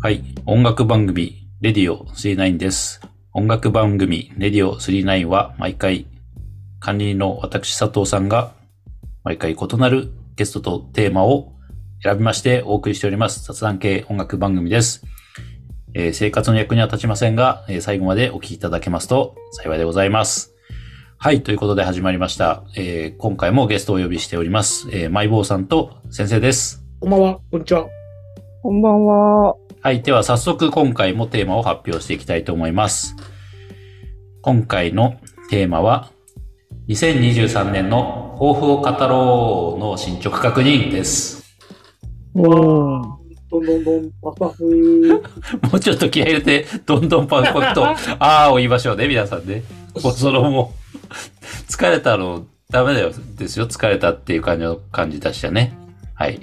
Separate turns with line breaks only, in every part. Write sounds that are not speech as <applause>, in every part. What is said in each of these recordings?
はい。音楽番組、レディオ39です。音楽番組、レディオ39は毎回、管理人の私佐藤さんが、毎回異なるゲストとテーマを選びましてお送りしております。雑談系音楽番組です。えー生活の役には立ちませんが、えー最後までお聞きいただけますと幸いでございます。はい。ということで始まりました。えー今回もゲストをお呼びしております。えー、マイボーさんと先生です。
こんばんは、こんにちは。
こんばんは。
はい。では早速今回もテーマを発表していきたいと思います。今回のテーマは、2023年の抱負を語ろうの進捗確認です。
おー
どんどんどん、パパフー。
もうちょっと気合い入れて、どんどんパンパクと、あーを言いましょうね、皆さんね。もうそのもう、疲れたの、ダメだよ、ですよ。疲れたっていう感じの感じ出したね。はい。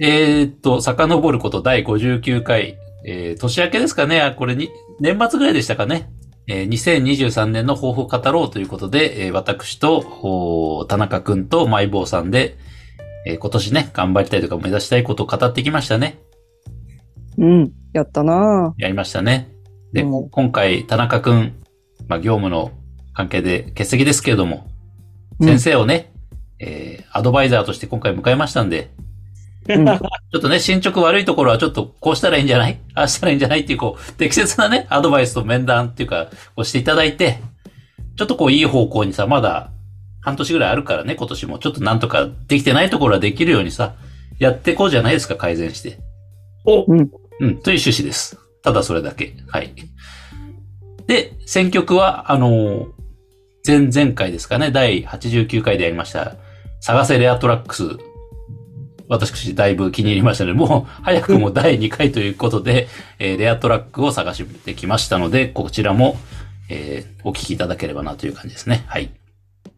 えー、っと、遡ること第59回、えー、年明けですかね、あこれに、年末ぐらいでしたかね。えー、2023年の抱負を語ろうということで、えー私と、おー田中くんとマイボーさんで、えー今年ね、頑張りたいとか目指したいことを語ってきましたね。
うん、やったな
やりましたね。で、
うん
今回、田中くん、まあ、業務の関係で欠席ですけれども、
うん
先生をね、えーアドバイザーとして今回迎えましたんで、
うん
ちょっとね、進捗悪いところはちょっとこうしたらいいんじゃないああしたらいいんじゃないっていう、こう、適切なね、アドバイスと面談っていうか、をしていただいて、ちょっとこう、いい方向にさ、まだ半年ぐらいあるからね、今年も。ちょっとなんとかできてないところはできるようにさ、やってこうじゃないですか、改善して。
お
うん、という趣旨です。ただそれだけ。はい。で、選曲は、あのー前々回ですかね、第89回でやりました、探せレアトラックス。私、だいぶ気に入りましたの、で、もう、早くも第2回ということで、 <laughs> えーレアトラックを探してきましたので、こちらも、えーお聞きいただければなという感じですね。はい。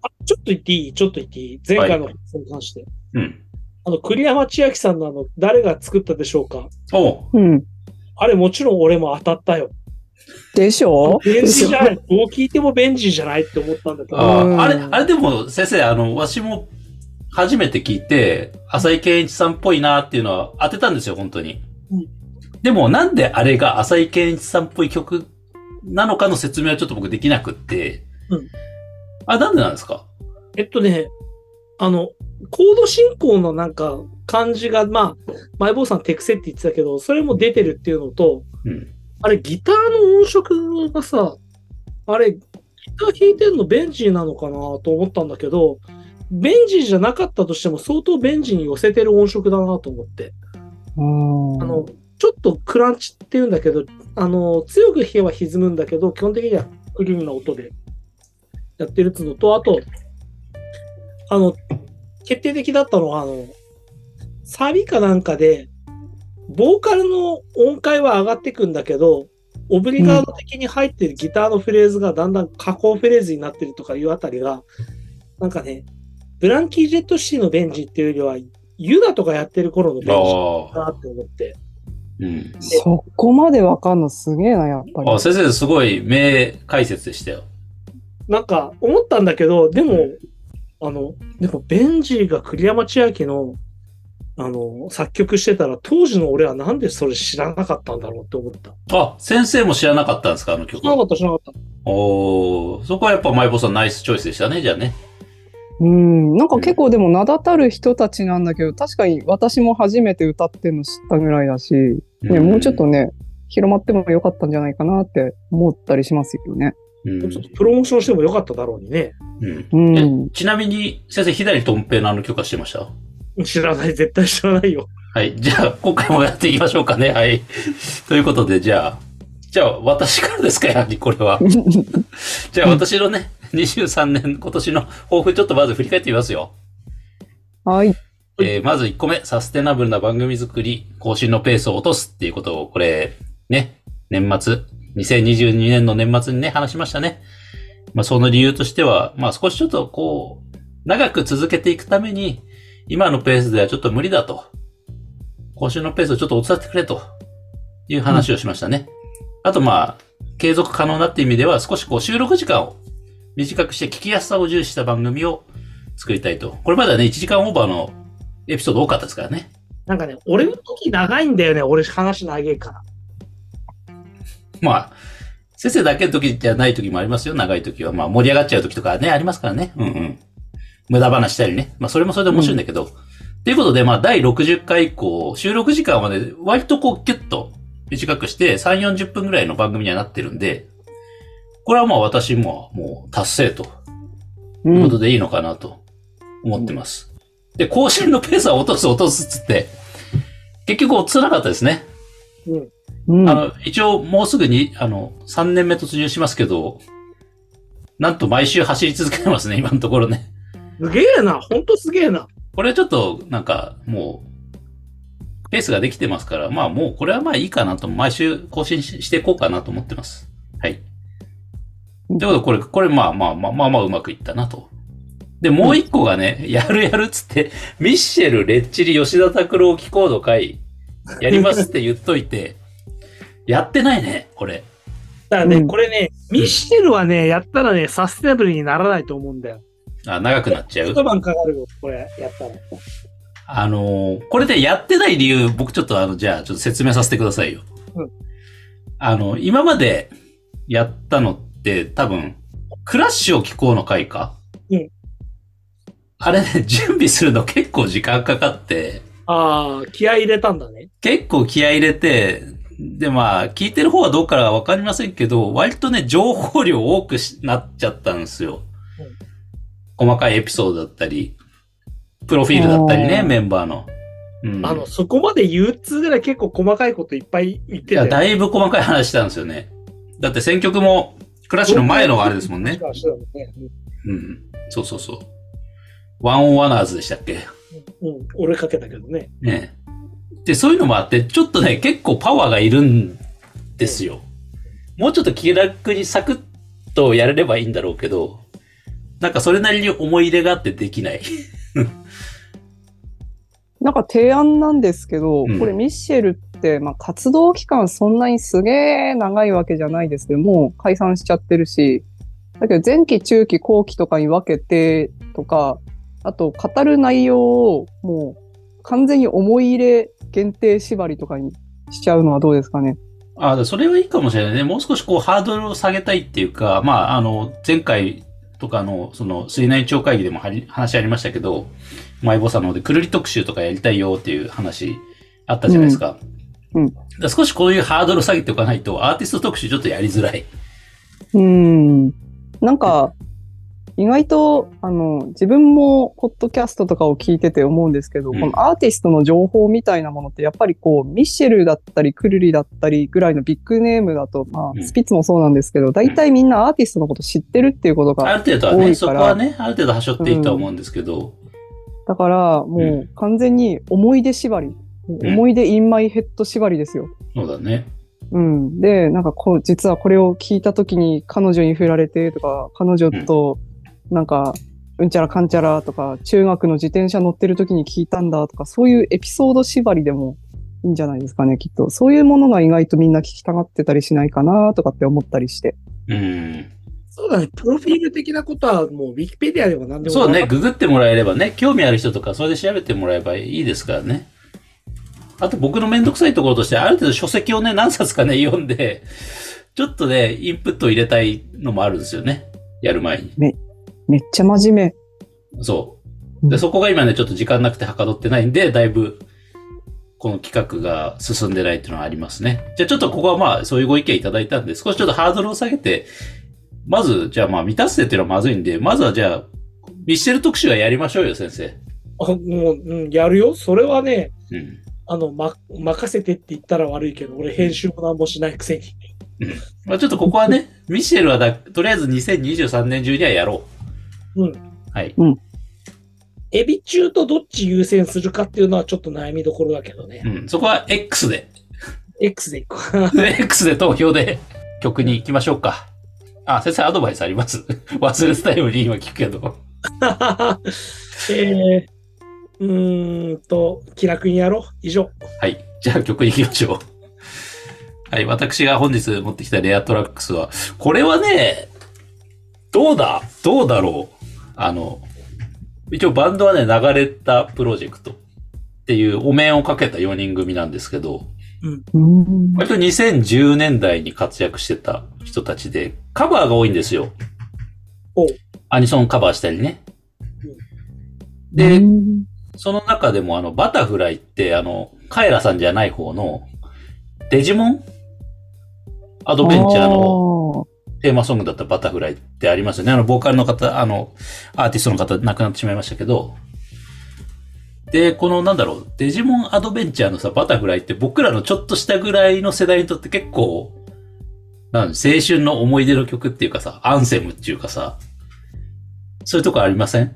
あちょっと言っていいちょっと言っていい前回の
は
放送に関して。
うん。
あの、栗山千明さんのあの、誰が作ったでしょうか
おう
うん。
あれもちろん俺も当たったよ。
でしょ
ベンジじゃない。どう聞いてもベンジじゃないって思ったんだけど。
あ
うん
ーあれ、あれでも先生、あの、わしも初めて聞いて、浅井健一さんっぽいなっていうのは当てたんですよ、本当に
うん。
でもなんであれが浅井健一さんっぽい曲なのかの説明はちょっと僕できなくって。
うん
あ、なんでなんですか
えっとね、あの、コード進行のなんか、感じが、まあ、前坊さんテクセって言ってたけど、それも出てるっていうのと、
うん。
あれ、ギターの音色がさ、あれ、ギター弾いてんのベンジーなのかなと思ったんだけど、ベンジーじゃなかったとしても相当ベンジーに寄せてる音色だなと思って。
う
あの、ちょっとクランチっていうんだけど、あの、強く弾けば歪むんだけど、基本的にはクリームな音でやってるっつうのと、あと、あの、決定的だったのは、あの、サビかなんかで、ボーカルの音階は上がってくんだけど、オブリガード的に入ってるギターのフレーズがだんだん加工フレーズになってるとかいうあたりが、なんかね、ブランキー・ジェット・シーのベンジっていうよりは、ユダとかやってる頃のベンジだ
ああ。
なって思って。
うん。
そこまでわかんのすげえな、やっぱり
あ、。先生、すごい名解説でしたよ。
なんか思ったんだけど、でも、あの、でもベンジーが栗山千明の、あの、作曲してたら、当時の俺はなんでそれ知らなかったんだろうって思った。
あ、先生も知らなかったんですかあの曲
知ら。なかった、知らなかっ
おーそこはやっぱマイボさんナイスチョイスでしたね、じゃあね。
うん。なんか結構でも名だたる人たちなんだけど、確かに私も初めて歌ってんの知ったぐらいだし、ね、
ん
もうちょっと。ね、広まってもよかったんじゃないかなって思ったりしますよね。
うん
た。ちょっとプロモーションしてもよかっただろうにね。
うん
うん。
ちなみに、先生、左とんぺいのあの曲はしてました
知らない、絶対知らないよ。
はい。じゃあ、今回もやっていきましょうかね。はい。 <laughs> ということで、じゃあ、じゃあ、私からですか、やはり、これは。じゃあ、私のね、23年、今年の抱負、ちょっとまず振り返ってみますよ。
はい。
えーまず1個目、サステナブルな番組作り、更新のペースを落とすっていうことを、これ、ね、年末、2022年の年末にね、話しましたね。まあ、その理由としては、まあ、少しちょっとこう、長く続けていくために、今のペースではちょっと無理だと。更新のペースをちょっと落とさせてくれという話をしましたね。あと、まあ、継続可能なって意味では、少しこう、収録時間を短くして聞きやすさを重視した番組を作りたいと。これまではね、1時間オーバーのエピソード多かったですからね。
なんかね、俺の時長いんだよね、俺話長いから。
まあ、先生だけの時じゃない時もありますよ、長い時は。まあ、盛り上がっちゃう時とかね、ありますからね。うんうん。無駄話したりね。まあ、それもそれで面白いんだけど。と、いうことで、まあ、第60回以降、収録時間はね、割とこう、ギュッと短くして、3、40分ぐらいの番組にはなってるんで、これはまあ、私も、もう、達成と
う
いうこ
ん
とでいいのかなと思ってます。で、更新のペースは落とす、落とすっつって、結局落ちなかったですね。
うん
あの、一応もうすぐに、あの、3年目突入しますけど、なんと毎週走り続けてますね、今のところね。
すげえな、ほんとすげえな。
これはちょっと、なんか、もう、ペースができてますから、まあもう、これはまあいいかなと、毎週更新ししていこうかなと思ってます。はい。ということで、これ、これまあまあまあまあまあうまくいったなと。で、もう一個がね、やるやるっつって、ミッシェル、レッチリ、吉田拓郎、キコード会、やりますって言っといて、やってないね、これ。
だからね、
うん
これね、ミシェルはね、やったらね、サステナブルにならないと思うんだよ。
あ、長くなっちゃう
一。晩かかるよ、これ、やったら。
あのーこれでやってない理由、僕ちょっとあの、じゃあ、ちょっと説明させてくださいよ。
うん
あの、今までやったのって多分、クラッシュを聞こうの回か。
うん
あれね、準備するの結構時間かかって、
ああ、気合い入れたんだね。
結構気合い入れて、で、まあ、聞いてる方はどうかはわかりませんけど、割とね、情報量多くしなっちゃったんですよ。細かいエピソードだったり、プロフィールだったり
あ
ね、
ー
メンバーの。うん
あの、そこまで憂鬱ぐらい結構細かいこといっぱい言っ
い
てた
や、
よ
だいぶ細かい話したんですよね。だって選曲も、クラッシュの前のあれですもんね。うん。そうそうそう。ワンオンワナーズでしたっけ
うん、うん俺かけたけどね。
ねえで、そういうのもあって、ちょっとね、結構パワーがいるんですよ。もうちょっと気楽にサクッとやれればいいんだろうけど、なんかそれなりに思い入れがあってできない。 <laughs>
なんか提案なんですけ
う
ど、
ん
これミッシェルって、まあ、活動期間そんなにすげえ長いわけじゃないですけどもう解散しちゃってるしだけど前期中期後期とかに分けてとかあと語る内容をもう完全に思い入れ限定縛りとかにしちゃうのはどうですかね。
ああ、それはいいかもしれないね。もう少しこう、ハードルを下げたいっていうか、まあ、あの、前回とかの、その、水内町会議でもはり話ありましたけど、マイボサの方で、くるり特集とかやりたいよっていう話あったじゃないですか。
うんうん
だから少しこういうハードルを下げておかないと、アーティスト特集ちょっとやりづらい。
うーんなんか意外とあの自分もポッドキャストとかを聞いてて思うんですけど、
うん
このアーティストの情報みたいなものってやっぱりこうミッシェルだったりクルリだったりぐらいのビッグネームだと、ま
うん
あ、スピッツもそうなんですけど大体みんなアーティストのこと知ってるっていうこと
あ
が
る程度は
多いか
ね、
ら
そこはね、ある程度はしょっていいとは思うんですけど、
だからもう完全に思い出縛り、
ん
思い出インマイヘッド縛りですよ。
そうだね。
うん、でなんかこう実はこれを聞いた時に彼女に振られてとか彼女となんかうんちゃらかんちゃらとか中学の自転車乗ってる時に聞いたんだとかそういうエピソード縛りでもいいんじゃないですかねきっとそういうものが意外とみんな聞きたがってたりしないかなとかって思ったりして
うん。
そうだね、プロフィール的なことはもう、ウィキペディアでも何でも
そうね、。ググってもらえればね、興味ある人とか、それで調べてもらえばいいですからね。あと僕のめんどくさいところとして、ある程度書籍をね、何冊かね、読んで、ちょっとね、インプットを入れたいのもあるんですよね。やる前に。
めっちゃ真面
そう。で、そこが今ね、ちょっと時間なくてはかどってないんで、だいぶ、この企画が進んでないっていうのはありますね。じゃあちょっとここはまあ、そういうご意見いただいたんで、少しちょっとハードルを下げて、まず、じゃあまあ、未達成っていうのはまずいんで、まずはじゃあ、ミッシェル特集はやりましょうよ、先生。
あもう、うん、やるよ。それはね、
うん。
あの、ま、任せてって言ったら悪いけど、俺編集も何もしないくせに。
まあ、ちょっとここはね、ミシェルはだとりあえず2023年中にはやろう。
うん
はい。
エビ中とどっち優先するかっていうのはちょっと悩みどころだけどね
う。ん。そこは X で、
X でいこ <laughs> う。
X で投票で曲に行きましょうか。あ、先生アドバイスあります <laughs> 忘れてたように今聞くけど。
えー、うーんと、気楽にやろう。以上。
はい。じゃあ曲に行きましょう。 <laughs> はい。私が本日持ってきたレアトラックスは、これはね、どうだどうだろうあの、一応バンドはね、流れたプロジェクトっっていうお面をかけた4人組なんですけど、
うん。
割と2010年代に活躍してた人たちで、カバーが多いんですよ
お。
アニソンカバーしたりね。
う
で、
ん
その中でもあの、バタフライって、あの、カエラさんじゃない方の、デジモンアドベンチャーの
の。
テーマソングだったバタフライってありますよね。あの、ボーカルの方、あの、アーティストの方亡くなってしまいましたけど。で、このなんだろう、デジモンアドベンチャーのさ、バタフライって僕らのちょっとしたぐらいの世代にとって結構、なん青春の思い出の曲っていうかさ、アンセムっていうかさ、そういうとこありません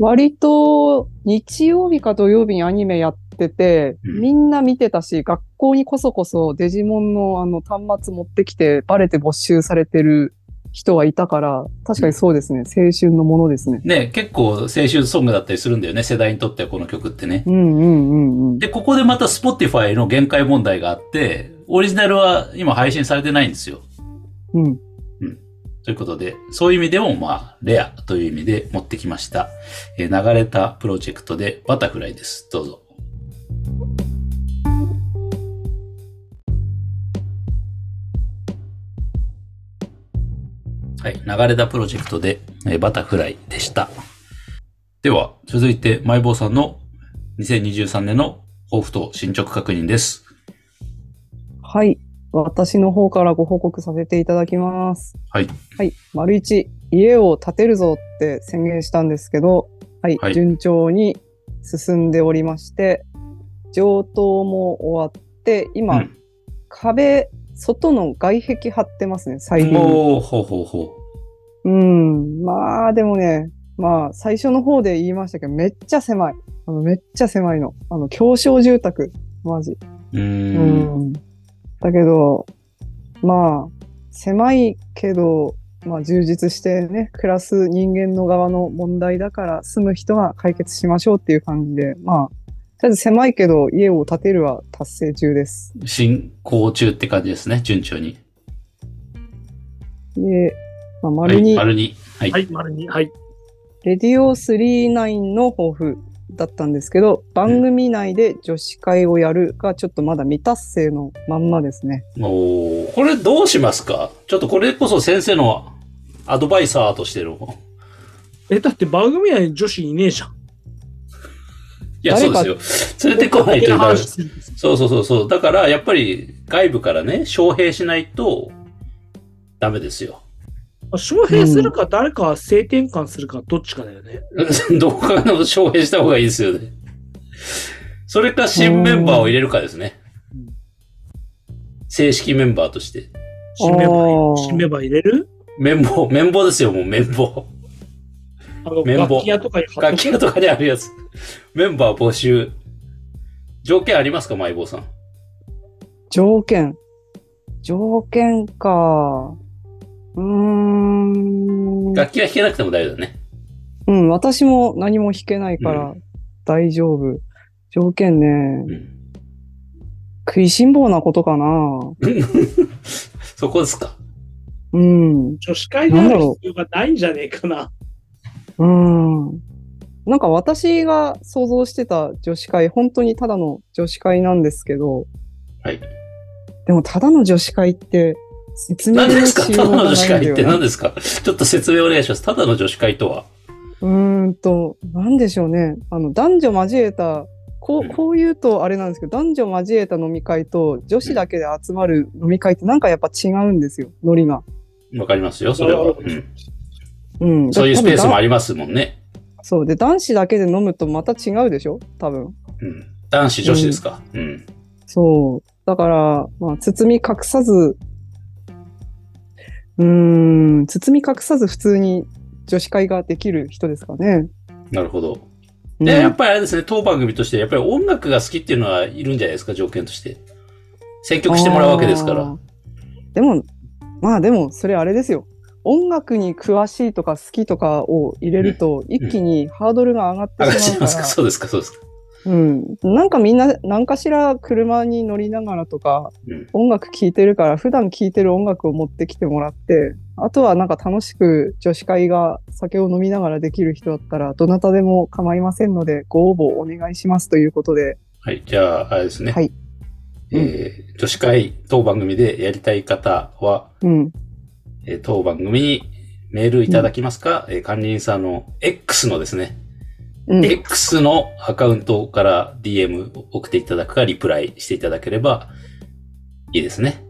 割と日曜日か土曜日にアニメやってて、
うん
みんな見てたし、学校にこそこそデジモンのあの端末持ってきて、バレて没収されてる人はいたから、確かにそうですね。青春のものですね。
ね、結構青春ソングだったりするんだよね、世代にとってはこの曲ってね。
うんうんうんうん。
で、ここでまた Spotify の限界問題があって、オリジナルは今配信されてないんですよ。
うん。
ということで、そういう意味でも、まあ、レアという意味で持ってきました。えー流れたプロジェクトでバタフライです。どうぞ。はい、流れたプロジェクトで、えーバタフライでした。では、続いて、マイボーさんの2023年の抱負と進捗確認です。
はい。私の方からご報告させていただきます。
はい。
はい。丸一、家を建てるぞって宣言したんですけど、はい。
はい
順調に進んでおりまして、上等も終わって、今、
うん
壁、外の外壁張ってますね、最近。
おー、ほうほうほう。
うん。まあ、でもね、まあ、最初の方で言いましたけど、めっちゃ狭い。あの、めっちゃ狭いの。あの、狭小住宅。マジ。
うー。
うんん。だけど、まあ、狭いけど、まあ、充実してね、暮らす人間の側の問題だから、住む人は解決しましょうっていう感じで、まあ、とりあえず狭いけど、家を建てるは達成中です。
進行中って感じですね、順調に。
で、まあ、
は
丸
い、
に、
丸に。はい。
はい、丸に。はい。
レディオ39の抱負だったんですけど、番組内で女子会をやるが、ちょっとまだ未達成のまんまですね。
おーこれどうしますかちょっとこれこそ先生のアドバイザーとしての。
え、だって番組内に女子いねえじゃん。
いや、そう
誰か
ですよ。連れてこないとい
勝手
うか。
話
そ
するんです
うそうそうそう。だから、やっぱり外部からね、招聘しないとダメですよ。 <laughs>
まあ招聘するか、誰か性転換するか、どっちかだよね。
どこかの招聘した方がいいですよね。それか新メンバーを入れるかですね
うん。
正式メンバーとして。
新メンバ
お
ー、
ー
新メンバー入れる
綿棒、綿棒ですよ、もう綿棒。
あの、
綿棒
楽器屋とかに貼っ
楽
て
器屋とかにあるやつ。メンバー募集。条件ありますか、マイボーさん。
条件。条件か。うーん。
楽器は弾けなくても大丈夫だね。
うん、私も何も弾けないから大丈夫。条件ね。
うん。
食いしん坊なことかな。
そこですか。
うん。う
女子会である必要がないんじゃねえかな。
ん。なんか私が想像してた女子会、本当にただの女子会なんですけど、
はい。
でもただの女子会って説明
何ですか
し
た
よ
だ
う
の女
がな
子
いんだ
会っ
よ
て
ね。
何ですかちょっと説明お願いします。ただの女子会とは。
うーんと、なんでしょうね。あの、男女交えた、こう、こう言うとあれなんですけど、男女交えた飲み会と女子だけで集まる飲み会ってなんかやっぱ違うんですよ、ノリが。
わかりますよ、それは。うん、
うん。
そういうスペースもあ
り
りますもんね。
そう。で、男子だけで飲むとまた違うでしょ多分。
うん。男子、女子ですか。うん。
そう。だから、まあ、包み隠さず、うーん、包み隠さず普通に女子会ができる人ですかね。
なるほど。
うん
で、やっぱりあれですね、当番組として、やっぱり音楽が好きっていうのはいるんじゃないですか、条件として。選曲してもらうわけですか
あ
ら。
ー。でも、まあでも、それあれですよ。音楽に詳しいとか好きとかを入れると、一気にハードルが上がってしまう
あ、
か
違いますか、
ら、
そうですか、そうですか。
うん、なんかみんな何かしら車に乗りながらとか
うん
音楽聴いてるから普段聴いてる音楽を持ってきてもらってあとはなんか楽しく女子会が酒を飲みながらできる人だったらどなたでも構いませんのでご応募お願いしますということで
はい、じゃあ、あれですね。
はい
えー女子会当番組でやりたい方は、
うん
えー当番組にメールいただきますか、えー管理人さんの X のですね、
うん
X のアカウントから DM を送っていただくか、リプライしていただければいいですね。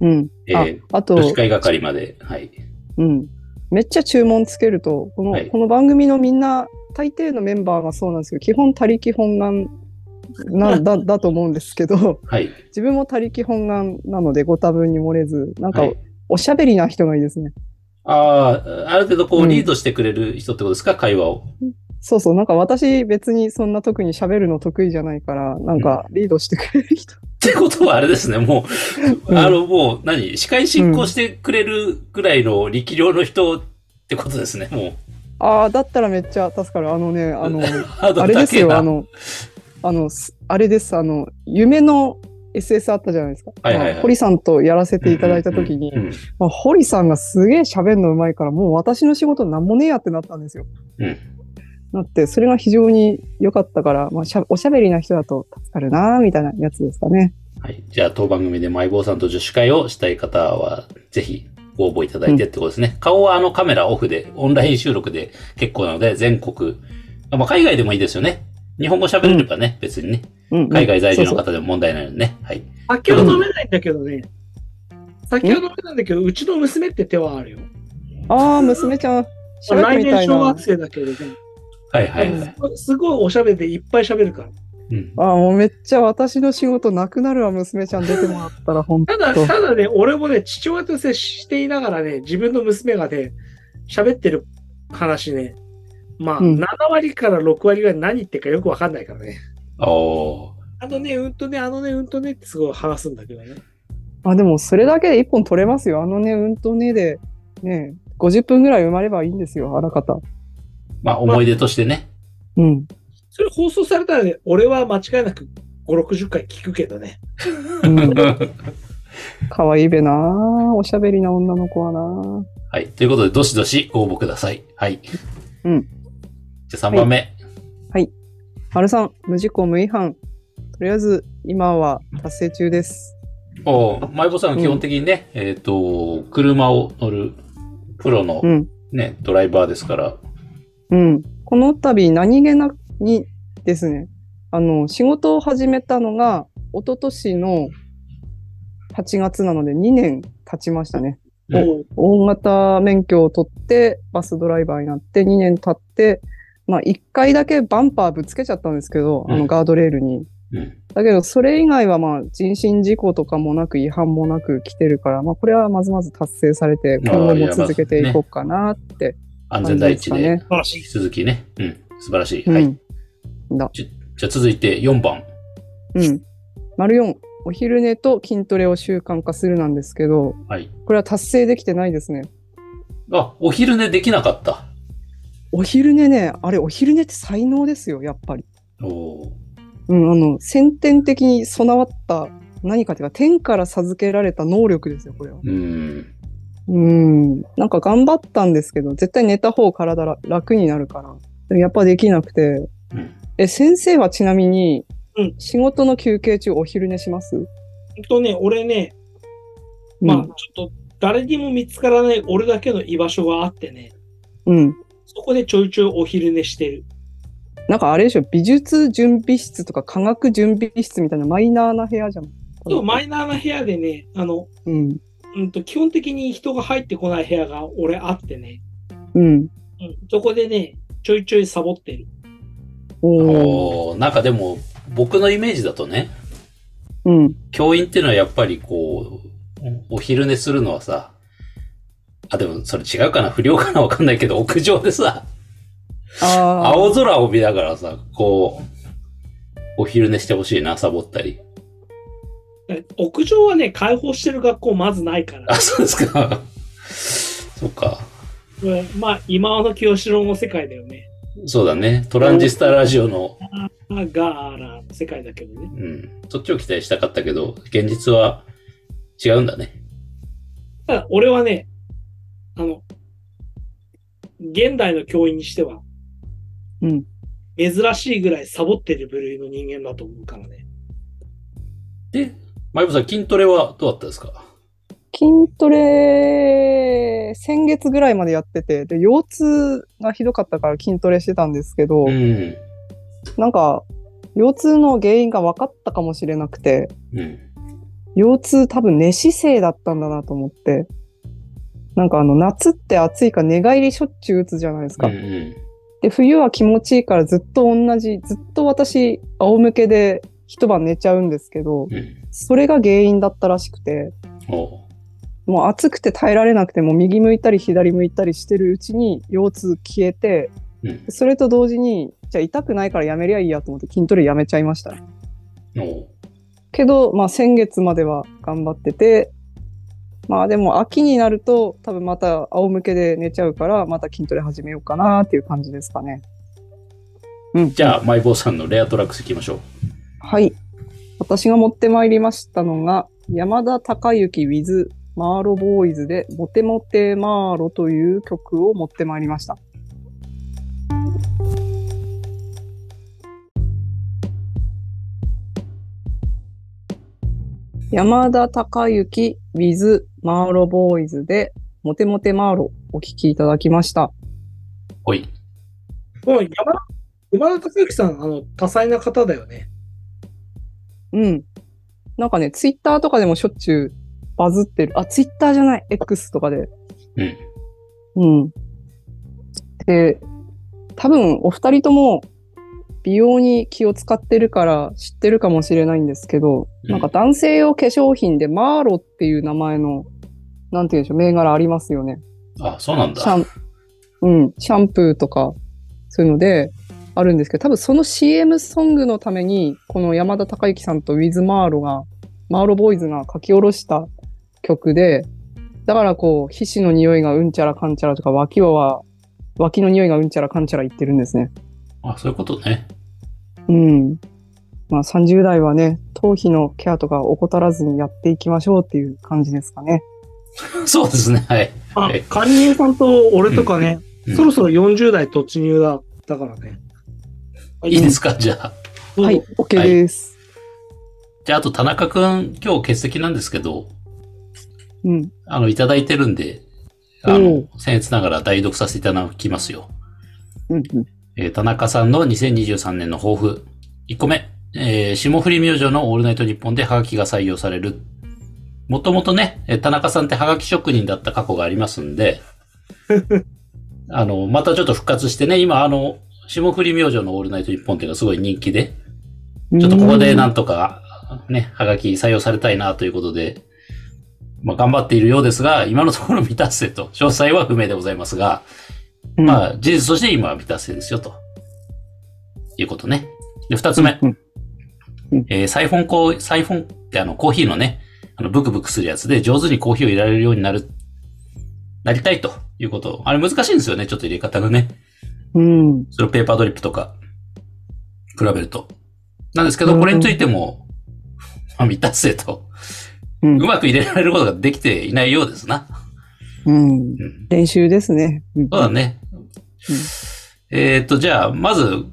うん
えー
あと
女子会係まで。はい。
うん、めっちゃ注文つけるとこの,、
はい
この番組のみんな大抵のメンバーがそうなんですけど基本他力本願
<laughs>
なんだだと思うんですけど
はい。
自分も他力本願なのでご多分に漏れずなんか
はい、
おしゃべりな人がいいですね。
ああ、ある程度こ
う
う、
ん
リードしてくれる人ってことですか、会話を。
そうそうなんか私別にそんな特に喋るの得意じゃないからなんかリードしてくれる人、
ってことはあれですね、もう、
うん
あの、もう、何、司会進行してくれるぐらいの力量の人ってことですね、もう。
ああだったらめっちゃ助かるあのね
<laughs>
あの
ハード
あ
ル
れですよ
高
あ
えな
のあのすあれですあの夢の SS あったじゃないですか、
はいはいはい
あの堀さんとやらせていただいた時に、
うんうん
まあ、堀さんがすげえ喋るのうまいからもう私の仕事なんもねえやってなったんですよ。
うん
なってそれが非常に良かったから、まあ、しゃおしゃべりな人だと助かるなーみたいなやつですかね。
はい。じゃあ、当番組でマイボーさんと女子会をしたい方は、ぜひ、ご応募いただいてってことですね。顔はあのカメラオフで、オンライン収録で結構なので、全国、あまあ、海外でもいいですよね。日本語喋れればね、別にね。
うんうん
海外在住の
そうそう
方でも問題ないのでね。はい。
酒は飲めないんだけどね。酒は飲めないんだけど、うちの娘って手はあるよ。
ああ娘ちゃんしゃべ
来
みた
年
い
小
な
学。生だけどね。
はいはいは
す
い。
ごいすごいおしゃべりでいっぱいしゃべるから。
うん
ああもうめっちゃ私の仕事なくなるわ娘ちゃん出てもらったら本当
ただ、ただね、俺もね、父親と接していながらね、自分の娘がね、喋ってる話ね、まあ、
うん
7割から6割ぐらい何言ってるかよくわかんないからね。
おー。
あのね、うんとね、あのね、うんとねってすごい話すんだけどね。
あでもそれだけで一本取れますよあのねうんとねでね50分ぐらい埋まればいいんですよあらかた。
まあ、思い出としてね。
うん
それ放送されたらね、俺は間違いなく5、60回聞くけどね。
うん
<laughs> は
可愛いべなあおしゃべりな女の子はなあ
い。ということで、どしどしご応募ください。はい。
うん。
じゃあ3番目。
丸さん無事故無違反とりあえず今は達成中です
おうマイボさんは基本的にね、えっ、と、車を乗るプロの
うん
ね、ドライバーですから。
うんこの度何気なにですねあの仕事を始めたのが一昨年の8月なので2年経ちましたね
うん
もう
大型免許を取ってバスドライバーになって2年経ってまあ1回だけバンパーぶつけちゃったんですけど、あ
う
の
ん
ガードレールに
うん。
だけど、それ以外はまあ人身事故とかもなく違反もなく来てるから、まあこれはまずまず達成されて、
あー
今後
いや
も
まあ
続けていこうかなって。
安全第一
安全
で
で
引
素
す
晴らしい
き。続きね。うん。素晴らしい。
う
はい。
ん。だ。
じゃあ続いて4番。
うん。丸4、お昼寝と筋トレを習慣化するなんですけど、
はい。
これは達成できてないですね。
あ、お昼寝できなかった。
お昼寝ね、あれお昼寝って才能ですよ、やっぱり。
おー
うん、あの、先天的に備わった何かというか、天から授けられた能力ですよ、これは。
うーん。
うん、なんか頑張ったんですけど、絶対寝た方体ら楽になるから。でもやっぱできなくて。
うん。
え、先生はちなみに
うん、
仕事の休憩中お昼寝します、
ほんとね、俺ね、まあ、ちょっと誰にも見つからない俺だけの居場所があってね、
うん。うん。
そこでちょいちょいお昼寝してる。
なんかあれでしょ、美術準備室とか科学準備室みたいなマイナーな部屋じゃん。
そう、マイナーな部屋でね、あの、
うん。
うんと、基本的に人が入ってこない部屋が俺あってね、
うん。
うん、そこでね、ちょいちょいサボってる。
おお。
おーなんかでも、僕のイメージだとね、
うん。
教員っていうのはやっぱりこう、お昼寝するのはさ、あ、でもそれ違うかな不良かなわかんないけど、屋上でさ、
あ
青空を見ながらさ、こう、お昼寝してほしいな、サボったり。
屋上はね、開放してる学校まずないから
あ、。そうですか。 <laughs> そっか。
うんまあ、今の清志郎の世界だよね。
そうだね。トランジスタラジオの
あガーラの世界だけどね。
うん。そっちを期待したかったけど、現実は違うんだね。
ただ俺はね、あの、現代の教員にしては、
うん。
珍しいぐらいサボってる部類の人間だと思うからね。
で、マイブさん、筋トレはどうだったですか
筋トレ、先月ぐらいまでやってて、で、腰痛がひどかったから筋トレしてたんですけど、
うん。
なんか、腰痛の原因が分かったかもしれなくて、
うん。
腰痛多分寝姿勢だったんだなと思って、なんかあの、夏って暑いから寝返りしょっちゅう打つじゃないです
う
か。
んうん。
で、冬は気持ちいいからずっと同じ、ずっと私、仰向けで一晩寝ちゃうんですけど、
うん。
それが原因だったらしくて、
おう
もう暑くて耐えられなくてもう右向いたり左向いたりしてるうちに腰痛消えて、
うん
それと同時に、じゃあ痛くないからやめりゃいいやと思って筋トレやめちゃいました。
おう
けど、まあ先月までは頑張ってて、まあでも秋になると多分また仰向けで寝ちゃうから、また筋トレ始めようかなっていう感じですかね。うん。
じゃあ、マイボーさんのレアトラックス行きましょう。
はい。私が持ってまいりましたのが、山田孝之 with マーロボーイズで、モテモテマーロという曲を持ってまいりました。山田孝之 with マーロボーイズで、モテモテマーロお聴きいただきました。
ほい。
もう山田山田孝之さん、あの、多彩な方だよね。
うん。なんかね、ツイッターとかでもしょっちゅうバズってる。あ、ツイッターじゃない。X とかで。
うん。
うん。で、多分お二人とも美容に気を使ってるから知ってるかもしれないんですけど、
うん
なんか男性用化粧品でマーロっていう名前の、なんて言うんでしょう、銘柄ありますよね。
あ、そうなん
シャ
だ。
ン、うん、シャンプーとか、そういうので、あるんですけど、多分その CM ソングのために、この山田孝之さんとウィズ・マーロが、マーロボーイズが書き下ろした曲で、だからこう、皮脂の匂いがうんちゃらかんちゃらとか、脇は、脇の匂いがうんちゃらかんちゃら言ってるんですね。
あ、そういうことね。 <laughs>
うん。まあ30代はね、頭皮のケアとか怠らずにやっていきましょうっていう感じですかね。
そうですね。はい。
あ
え、
管理人さんと俺とかね、
うん
そろそろ40代突入だだからね。
いいですかじゃあ。
は、
はい
OK です。
じゃあ、あと田中くん、今日欠席なんですけど、
うん。
あの、いただいてるんで、あの
お、
僭越ながら代読させていただきますよ。
うん、うん。
えー田中さんの2023年の抱負。1個目、えー霜降り明星のオールナイトニッポンでハガキが採用される。もともとね、えー田中さんってハガキ職人だった過去がありますんで、あの、またちょっと復活してね、今あの、霜降り明星のオールナイトニッポンっていうのはすごい人気で、ちょっとここでなんとか、ね、はがき採用されたいなということで、まあ、頑張っているようですが、今のところ未達成と、詳細は不明でございますが、
うん、
まあ、事実として今は未達成ですよ、ということね。で、二つ目、
うんうん
えーサイフォンコー、サイフォンってあの、コーヒーのね、あの、ブクブクするやつで上手にコーヒーを入れられるようになる、なりたいということ。あれ難しいんですよね、ちょっと入れ方がね。
うん。
それをペーパードリップとか、比べると。なんですけど、これについても、まあ、未達成と、
う
うんまく入れられることができていないようですな。
うん
う、ん、
練習ですね。うん
そうだね。えーっと、じゃあ、まず、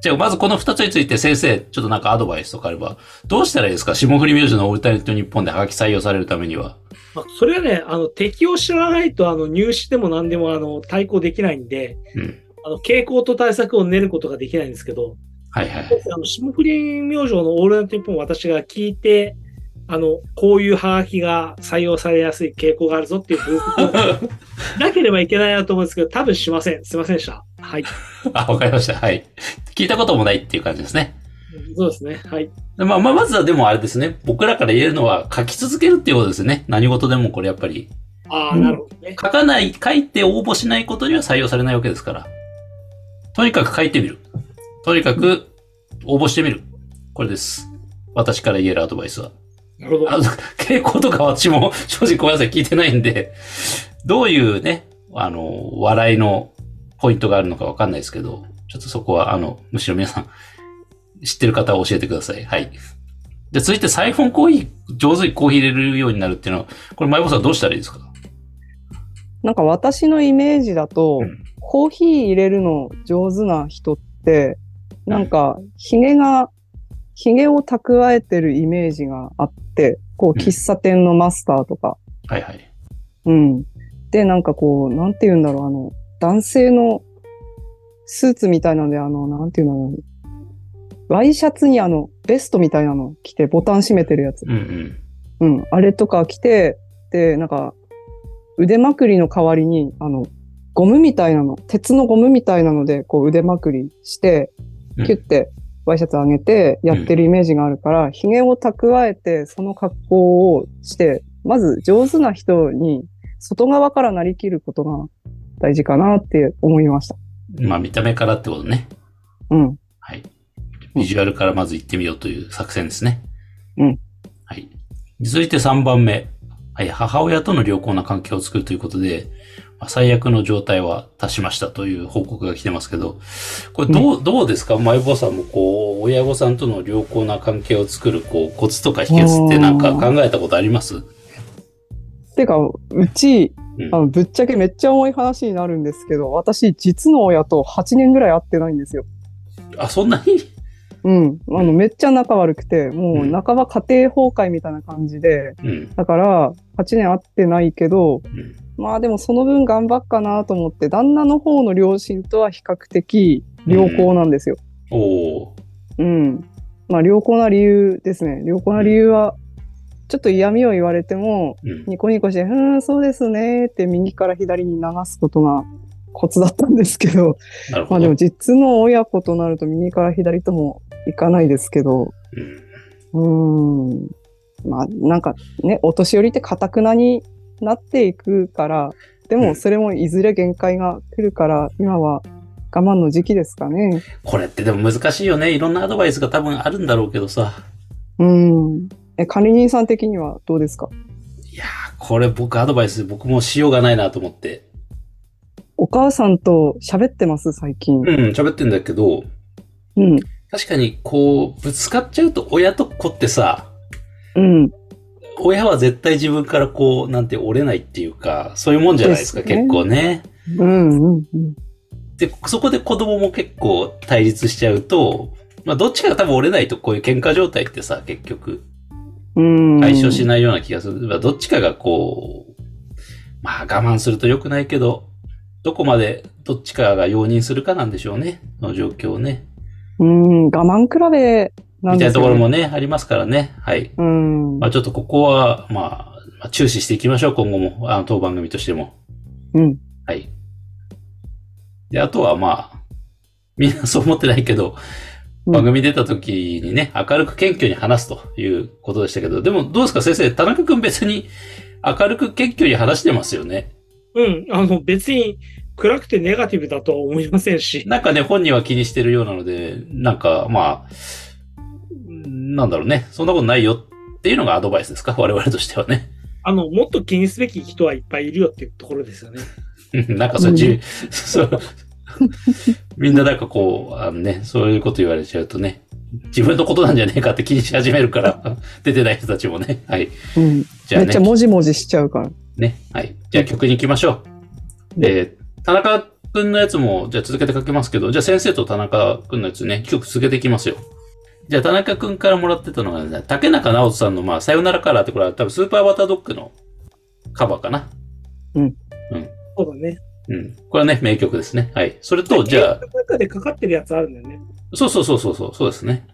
じゃあ、まずこの二つについて先生、ちょっとなんかアドバイスとかあれば、どうしたらいいですか霜降り明星のオールタイト日本でハガキ採用されるためには。
まあそれはね、あの、敵を知らないと、あの、入試でも何でも、あの、対抗できないんで、
うん。
あの、傾向と対策を練ることができないんですけど、
はいはい。 <laughs>
あの、霜降り明星のオールナイトニッポンを私が聞いて、あの、こういうハガキが採用されやすい傾向があるぞっていう
<laughs>
分析をなければいけないなと思うんですけど、多分しません。すいませんでした。はい。
あ、わかりました。はい。聞いたこともないっていう感じですね。
そうですね。はい。
でまあ、まあ、まずはでもあれですね。僕らから言えるのは書き続けるっていうことですね。何事でもこれやっぱり。
ああ、なるほどね。
<laughs> 書かない、書いて応募しないことには採用されないわけですから。とにかく書いてみる。とにかく応募してみる。これです。私から言えるアドバイスは。
なるほど。
あ <laughs> の、傾向とか私も <laughs> 正直ごめんなさい聞いてないんで、どういうね、あの、笑いのポイントがあるのかわかんないですけど、ちょっとそこは、あの、むしろ皆さん、知ってる方は教えてください。はい。で、続いて、サイフォンコーヒー、上手にコーヒー入れるようになるっていうのは、これ、マイボさんどうしたらいいですか
なんか私のイメージだと、
うん
コーヒー入れるの上手な人って、なんか、ひげが、ひげを蓄えてるイメージがあって、こう、
うん
喫茶店のマスターとか、
はいはい。
うん。で、なんかこう、なんて言うんだろう、あの、男性のスーツみたいなので、あの、なんて言うんだろう。ワイシャツにあの、ベストみたいなの着て、ボタン閉めてるやつ。
うんうん。
うん。あれとか着て、で、なんか、腕まくりの代わりに、あの、ゴムみたいなの、鉄のゴムみたいなので、こう腕まくりして、
うん
キュッてワイシャツ上げてやってるイメージがあるから、髭を蓄えて、その格好をして、まず上手な人に外側からなりきることが大事かなって思いました。
まあ、見た目からってことね。
うん。
はい。ビジュアルからまず行ってみようという作戦ですね。
うん。
はい。続いて3番目。はい。母親との良好な関係を作るということで、まあ最悪の状態は達しましたという報告が来てますけど、これどう、どうですかマイボさんもこう、親御さんとの良好な関係を作る、こう、コツとか秘訣ってなんか考えたことあります
てか、うち、
うん
あのぶっちゃけめっちゃ重い話になるんですけど、私、実の親と8年ぐらい会ってないんですよ。
あ、そんなに
うん。あの、めっちゃ仲悪くて、
う
もうん半ば家庭崩壊みたいな感じで、
うん。
だから、8年会ってないけど、
うん
まあでもその分頑張っかなと思って、旦那の方の両親とは比較的良好なんですよ。
おー
うん。まあ良好な理由ですね。良好な理由は、ちょっと嫌味を言われても、
うん。
ニコニコして、うーん、そうですねーって右から左に流すことがコツだったんですけど、
なる
ま
ほ
あ
ど。
でも実の親子となると右から左ともいかないですけど、
うん
うーん。まあ、なんかね、お年寄りってかたくなになっていくから、で
う
も
ん
それもいずれ限界が来るから、今は我慢の時期ですかね。
これってでも難しいよね。いろんなアドバイスが多分あるんだろうけどさ。
うーん。え、管理人さん的にはどうですか
いやー、これ僕アドバイス、僕もしようがないなと思って。
お母さんと喋ってます最近
う。ん、喋ってんだけど、
うん。
確かにこう、ぶつかっちゃうと親と子ってさ、
うん。
親は絶対自分からこう、なんて折れないっていうか、そういうもんじゃないですか、
ですね
結構ね。
うん。うん。うん。
で、そこで子供も結構対立しちゃうと、まあ、どっちかが多分折れないとこういう喧嘩状態ってさ、結局、
うん。
解消しないような気がする。まあどっちかがこう、まあ我慢すると良くないけど、どこまでどっちかが容認するかなんでしょうね。の状況をね。
うん。我慢比べな
み
ん
たい
で
な
す
とこ
よ
ろ
ね。
もね、ありますからね。はい。
うん。
まあちょっとここは、まあ、まあ注視していきましょう、今後も。あの、当番組としても。
うん。
はい。で、あとはまあ、みんなそう思ってないけど、
うん
番組出た時にね、明るく謙虚に話すということでしたけど、でもどうですか先生、田中くん別に明るく謙虚に話してますよね。
うん、あの、別に暗くてネガティブだとは思いませんし。
なんかね、本人は気にしてるようなので、なんかまあ、なんだろうね、そんなことないよっていうのがアドバイスですか我々としてはね。
あの、もっと気にすべき人はいっぱいいるよっていうところですよね。
うん <laughs> なんかそっち、そう、 <laughs> みんななんかこう、あのね、そういうこと言われちゃうとね、自分のことなんじゃねえかって気にし始めるから、 <laughs> 出てない人たちもね。はい。
うん。
じゃ
め
あ
っちゃ
ね、
もじもじしちゃうから。
ね。はい。じゃあ曲に行きましょう。えー、田中くんのやつも、じゃあ続けて書きますけど、じゃあ先生と田中くんのやつね、曲続けていきますよ。じゃあ田中くんからもらってたのが、ね、竹中直人さんの、まあ、さよならカラーって、これは多分スーパーバタードッグのカバーかな。
そうだね。
うん。これはね、名曲ですね。はい。それと、じゃあ、
なんかでかかってるやつあるんだよね。
そうそうそうそうそう、そうですね。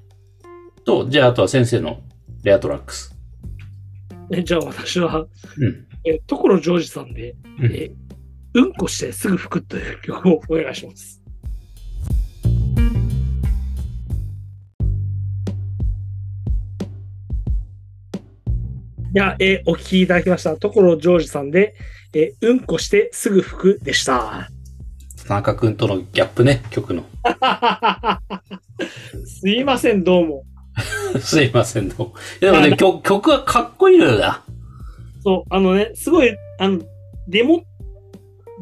と、じゃあ、あとは先生のレアトラックス。
えじゃあ私は、
うん。
え、所ジョージさんで、
うん
えうんこしてすぐ吹くという曲をお願いします。いや、えお聞きいただきました。所ジョージさんで、えうんこしてすぐ吹くでした。
田中くんとのギャップね、曲の。 <laughs>
すいません、どうも。
すいません、どうもいやでもね、曲、曲はかっこいいのよな。
<laughs> そう、あのね、すごい、あの、デモ、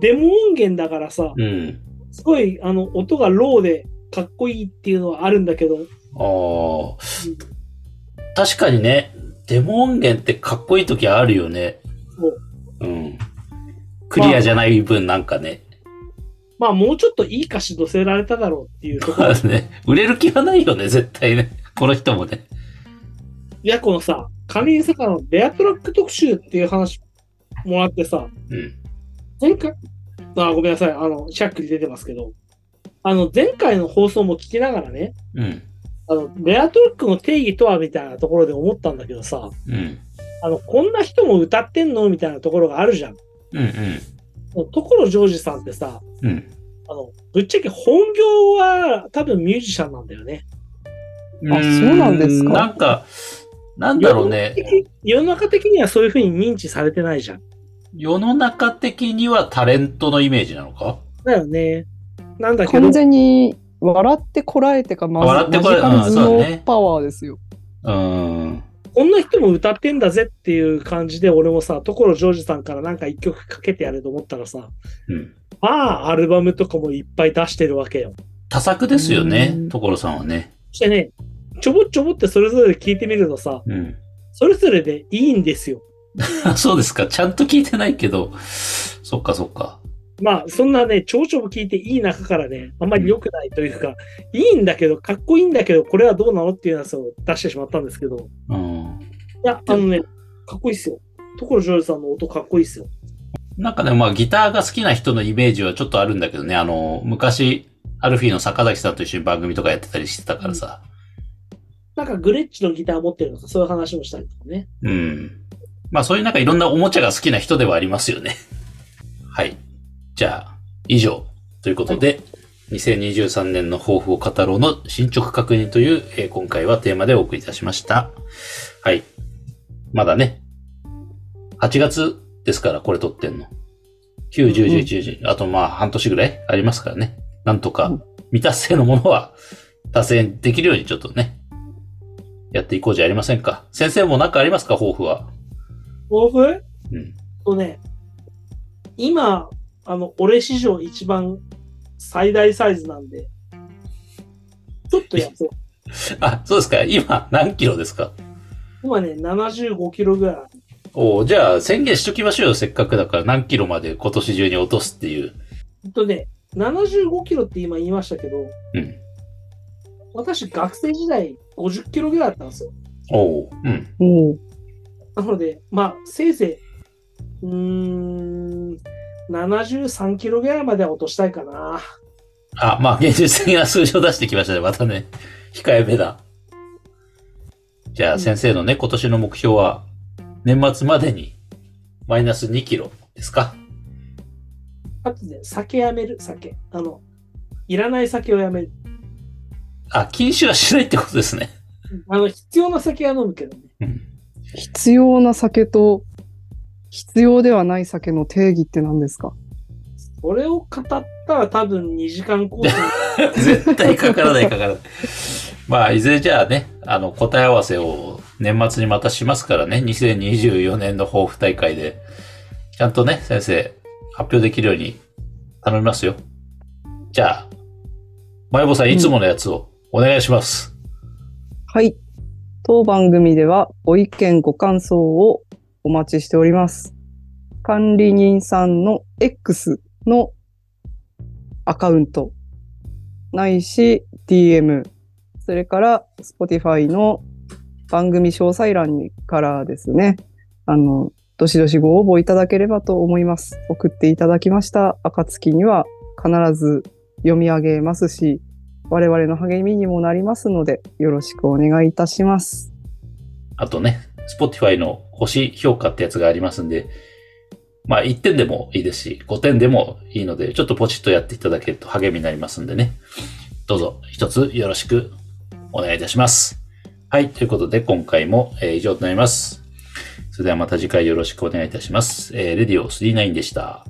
デモ音源だからさ、
うん。
すごい、あの、音がローでかっこいいっていうのはあるんだけど、
ああ。確かにね、デモ音源ってかっこいい時あるよね。うん。クリアじゃない分なんかね。
まあもうちょっといい歌詞乗せられただろうっていうと
<laughs>
ころ。
ね売れる気はないよね、絶対ね。この人もね。
いや、このさ、カニン坂のベアトラック特集っていう話もらってさ、
うん。
前回、あ、ごめんなさい、あの、シャックに出てますけど、あの、前回の放送も聞きながらね、
うん。
あの、ベアトラックの定義とはみたいなところで思ったんだけどさ、
うん。
あの、こんな人も歌ってんのみたいなところがあるじゃん。
うん
ところジョージさんってさ、
うん。うん。
あの、ぶっちゃけ本業は多分ミュージシャンなんだよね。
あそうなんですか
うなんか、なんだろうね。
世の中的にはそういうふうに認知されてないじゃん。
世の中的にはタレントのイメージなのか
だよね。なんだけど
完、全に笑ってこらえてか、ま
笑ってこらえ
マジカル
うんそう
頭
だね
脳パワーですよ。
うーん。
こんな人も歌ってんだぜっていう感じで、俺もさ、ところジョージさんからなんか一曲かけてやれと思ったらさ、
うん。
まあ、アルバムとかもいっぱい出してるわけよ。
多作ですよ
う
ね
ん、
所さんはね。
そしてね、ちょぼちょぼってそれぞれ聞いてみるとさ、
うん。
それぞれでいいんですよ。
あそうですか。ちゃん <laughs> と聞いてないけど。そっかそっか。
まあ、そんなね、ちょぼちょぼ聞いていい中からね、あんまり良くないというか、いいんだけど、かっこいいんだけど、これはどうなのっていうやつを出してしまったんですけど、
うん。
いや、あのね、かっこいいっすよ。ところジョージさんの音かっこいいっすよ。
なんかね、まあギターが好きな人のイメージはちょっとあるんだけどね。あの、昔、アルフィーの坂崎さんと一緒に番組とかやってたりしてたからさ。
なんかグレッチのギター持ってるとか、そういう話もしたりとかね。
うん。まあそういうなんかいろんなおもちゃが好きな人ではありますよね。はい。じゃあ、以上。ということで、2023年の抱負を語ろうの進捗確認という、えー今回はテーマでお送りいたしました。はい。まだね、8月ですからこれ撮ってんの。9、10、11、11、あとまあ半年ぐらいありますからね。なんと
う
か
ん
未達成のものは達成できるようにちょっとね、やっていこうじゃありませんか。先生も何かありますか抱負は。
抱負
うん。
とね、今、あの、俺史上一番最大サイズなんで、ちょっとやそう。
あ、そうですか。今何キロですか
今ね、75キロぐらいある。
おうじゃあ宣言しときましょうよ。せっかくだから何キロまで今年中に落とすっていう。
ほんとね、75キロって今言いましたけど、
うん。
私学生時代50キロぐらいだったんですよ。
おう。うん。
おう
なので、まあ、せいぜい、うーん、73キロぐらいまでは落としたいかな。
あ、まあ現実的な数字を出してきましたね。またね。控えめだ。じゃ
う
あ
ん
先生のね、今年の目標は年末までにマイナス2キロですか
あとね、酒やめる、酒。あの、いらない酒をやめる。
あ、禁酒はしないってことですね。
あの、必要な酒は飲むけどね。
うん。
必要な酒と、必要ではない酒の定義って何ですか
それを語ったら多分2時間コー
<laughs>
スに
絶対かからないかからない。まあ、いずれじゃあね、あの、答え合わせを年末にまたしますからね、2024年の抱負大会で、ちゃんとね、先生、発表できるように頼みますよ。じゃあ、まゆぼさん、いつものやつをお願いします。
はい。当番組ではご意見ご感想をお待ちしております。管理人さんの X のアカウント、ないし DM、それから Spotify の番組詳細欄にからですね、あの、どしどしご応募いただければと思います。送っていただきました暁には必ず読み上げますし、我々の励みにもなりますので、よろしくお願いいたします。
あとね、Spotify の星評価ってやつがありますんで、まあ、1点でもいいですし、5点でもいいので、ちょっとポチッとやっていただけると励みになりますんでね。どうぞ、一つよろしくお願いいたします。はい、ということで、今回も、えー以上となります。それではまた次回よろしくお願いいたします。えーレディオ39でした。